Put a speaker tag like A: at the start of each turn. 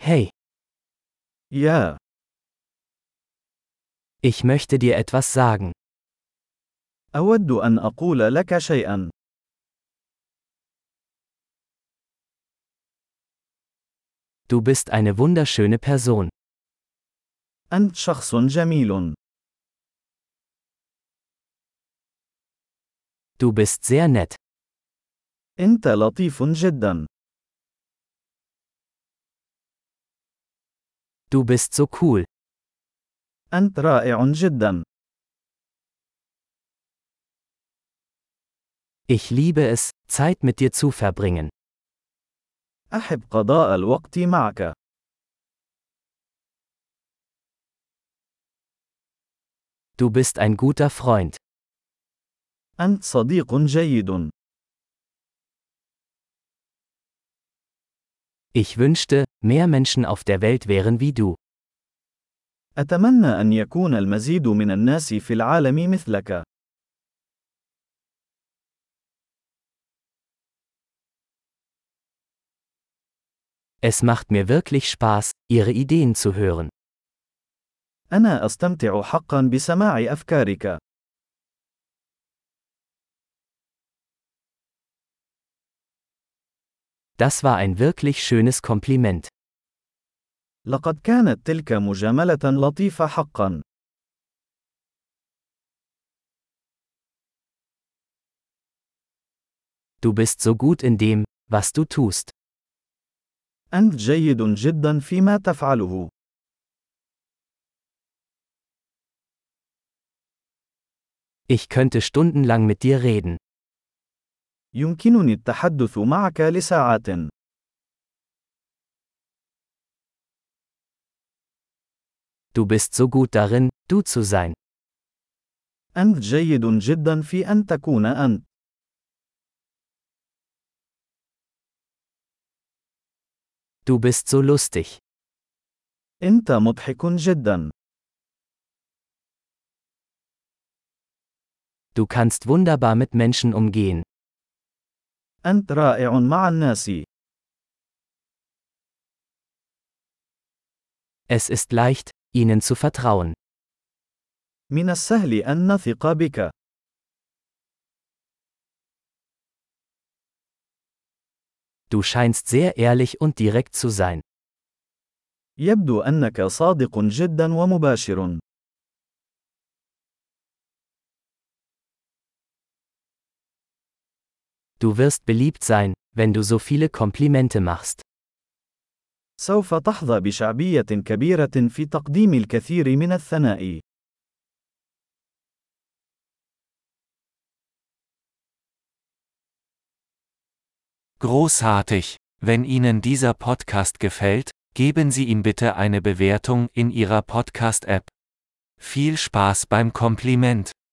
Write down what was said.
A: Hey,
B: Ja,
A: ich möchte dir etwas sagen.
B: أود أن أقول لك شيئا.
A: Du bist eine wunderschöne Person.
B: أنت شخص جميل.
A: Du bist sehr nett.
B: أنت لطيف جدا.
A: Du bist so cool.
B: أنت رائع جدا.
A: Ich liebe es, Zeit mit dir zu verbringen.
B: أحب قضاء الوقت معك.
A: Du bist ein guter Freund.
B: أنت صديق جيد.
A: Ich wünschte, mehr Menschen auf der Welt wären wie du.
B: أتمنى أن يكون المزيد من الناس في العالم مثلك.
A: Es macht mir wirklich Spaß, ihre Ideen zu hören.
B: أنا أستمتع حقا بسماع أفكارك.
A: Das war ein wirklich schönes Kompliment.
B: لقد كانت تلك مجاملة لطيفة حقا.
A: Du bist so gut in dem, was du tust.
B: أنت جيد جدا فيما تفعله.
A: Ich könnte stundenlang mit dir reden.
B: يمكنني التحدث معك لساعات.
A: Du bist so gut darin, du zu sein.
B: أنت جيد جدا في أن تكون أنت.
A: Du bist so lustig.
B: أنت مضحك جدا.
A: Du kannst wunderbar mit Menschen umgehen.
B: أنت رائع مع الناس.
A: Es ist leicht, ihnen zu vertrauen.
B: من السهل أن نثق بك.
A: Du scheinst sehr ehrlich und direkt zu sein.
B: يبدو أنك صادق جدا ومباشر.
A: Du wirst beliebt sein, wenn du so viele Komplimente machst.
B: سوف تحظى بشعبية كبيرة في تقديم الكثير من الثناء.
C: Großartig! Wenn Ihnen dieser Podcast gefällt, geben Sie ihm bitte eine Bewertung in Ihrer Podcast-App. Viel Spaß beim Kompliment!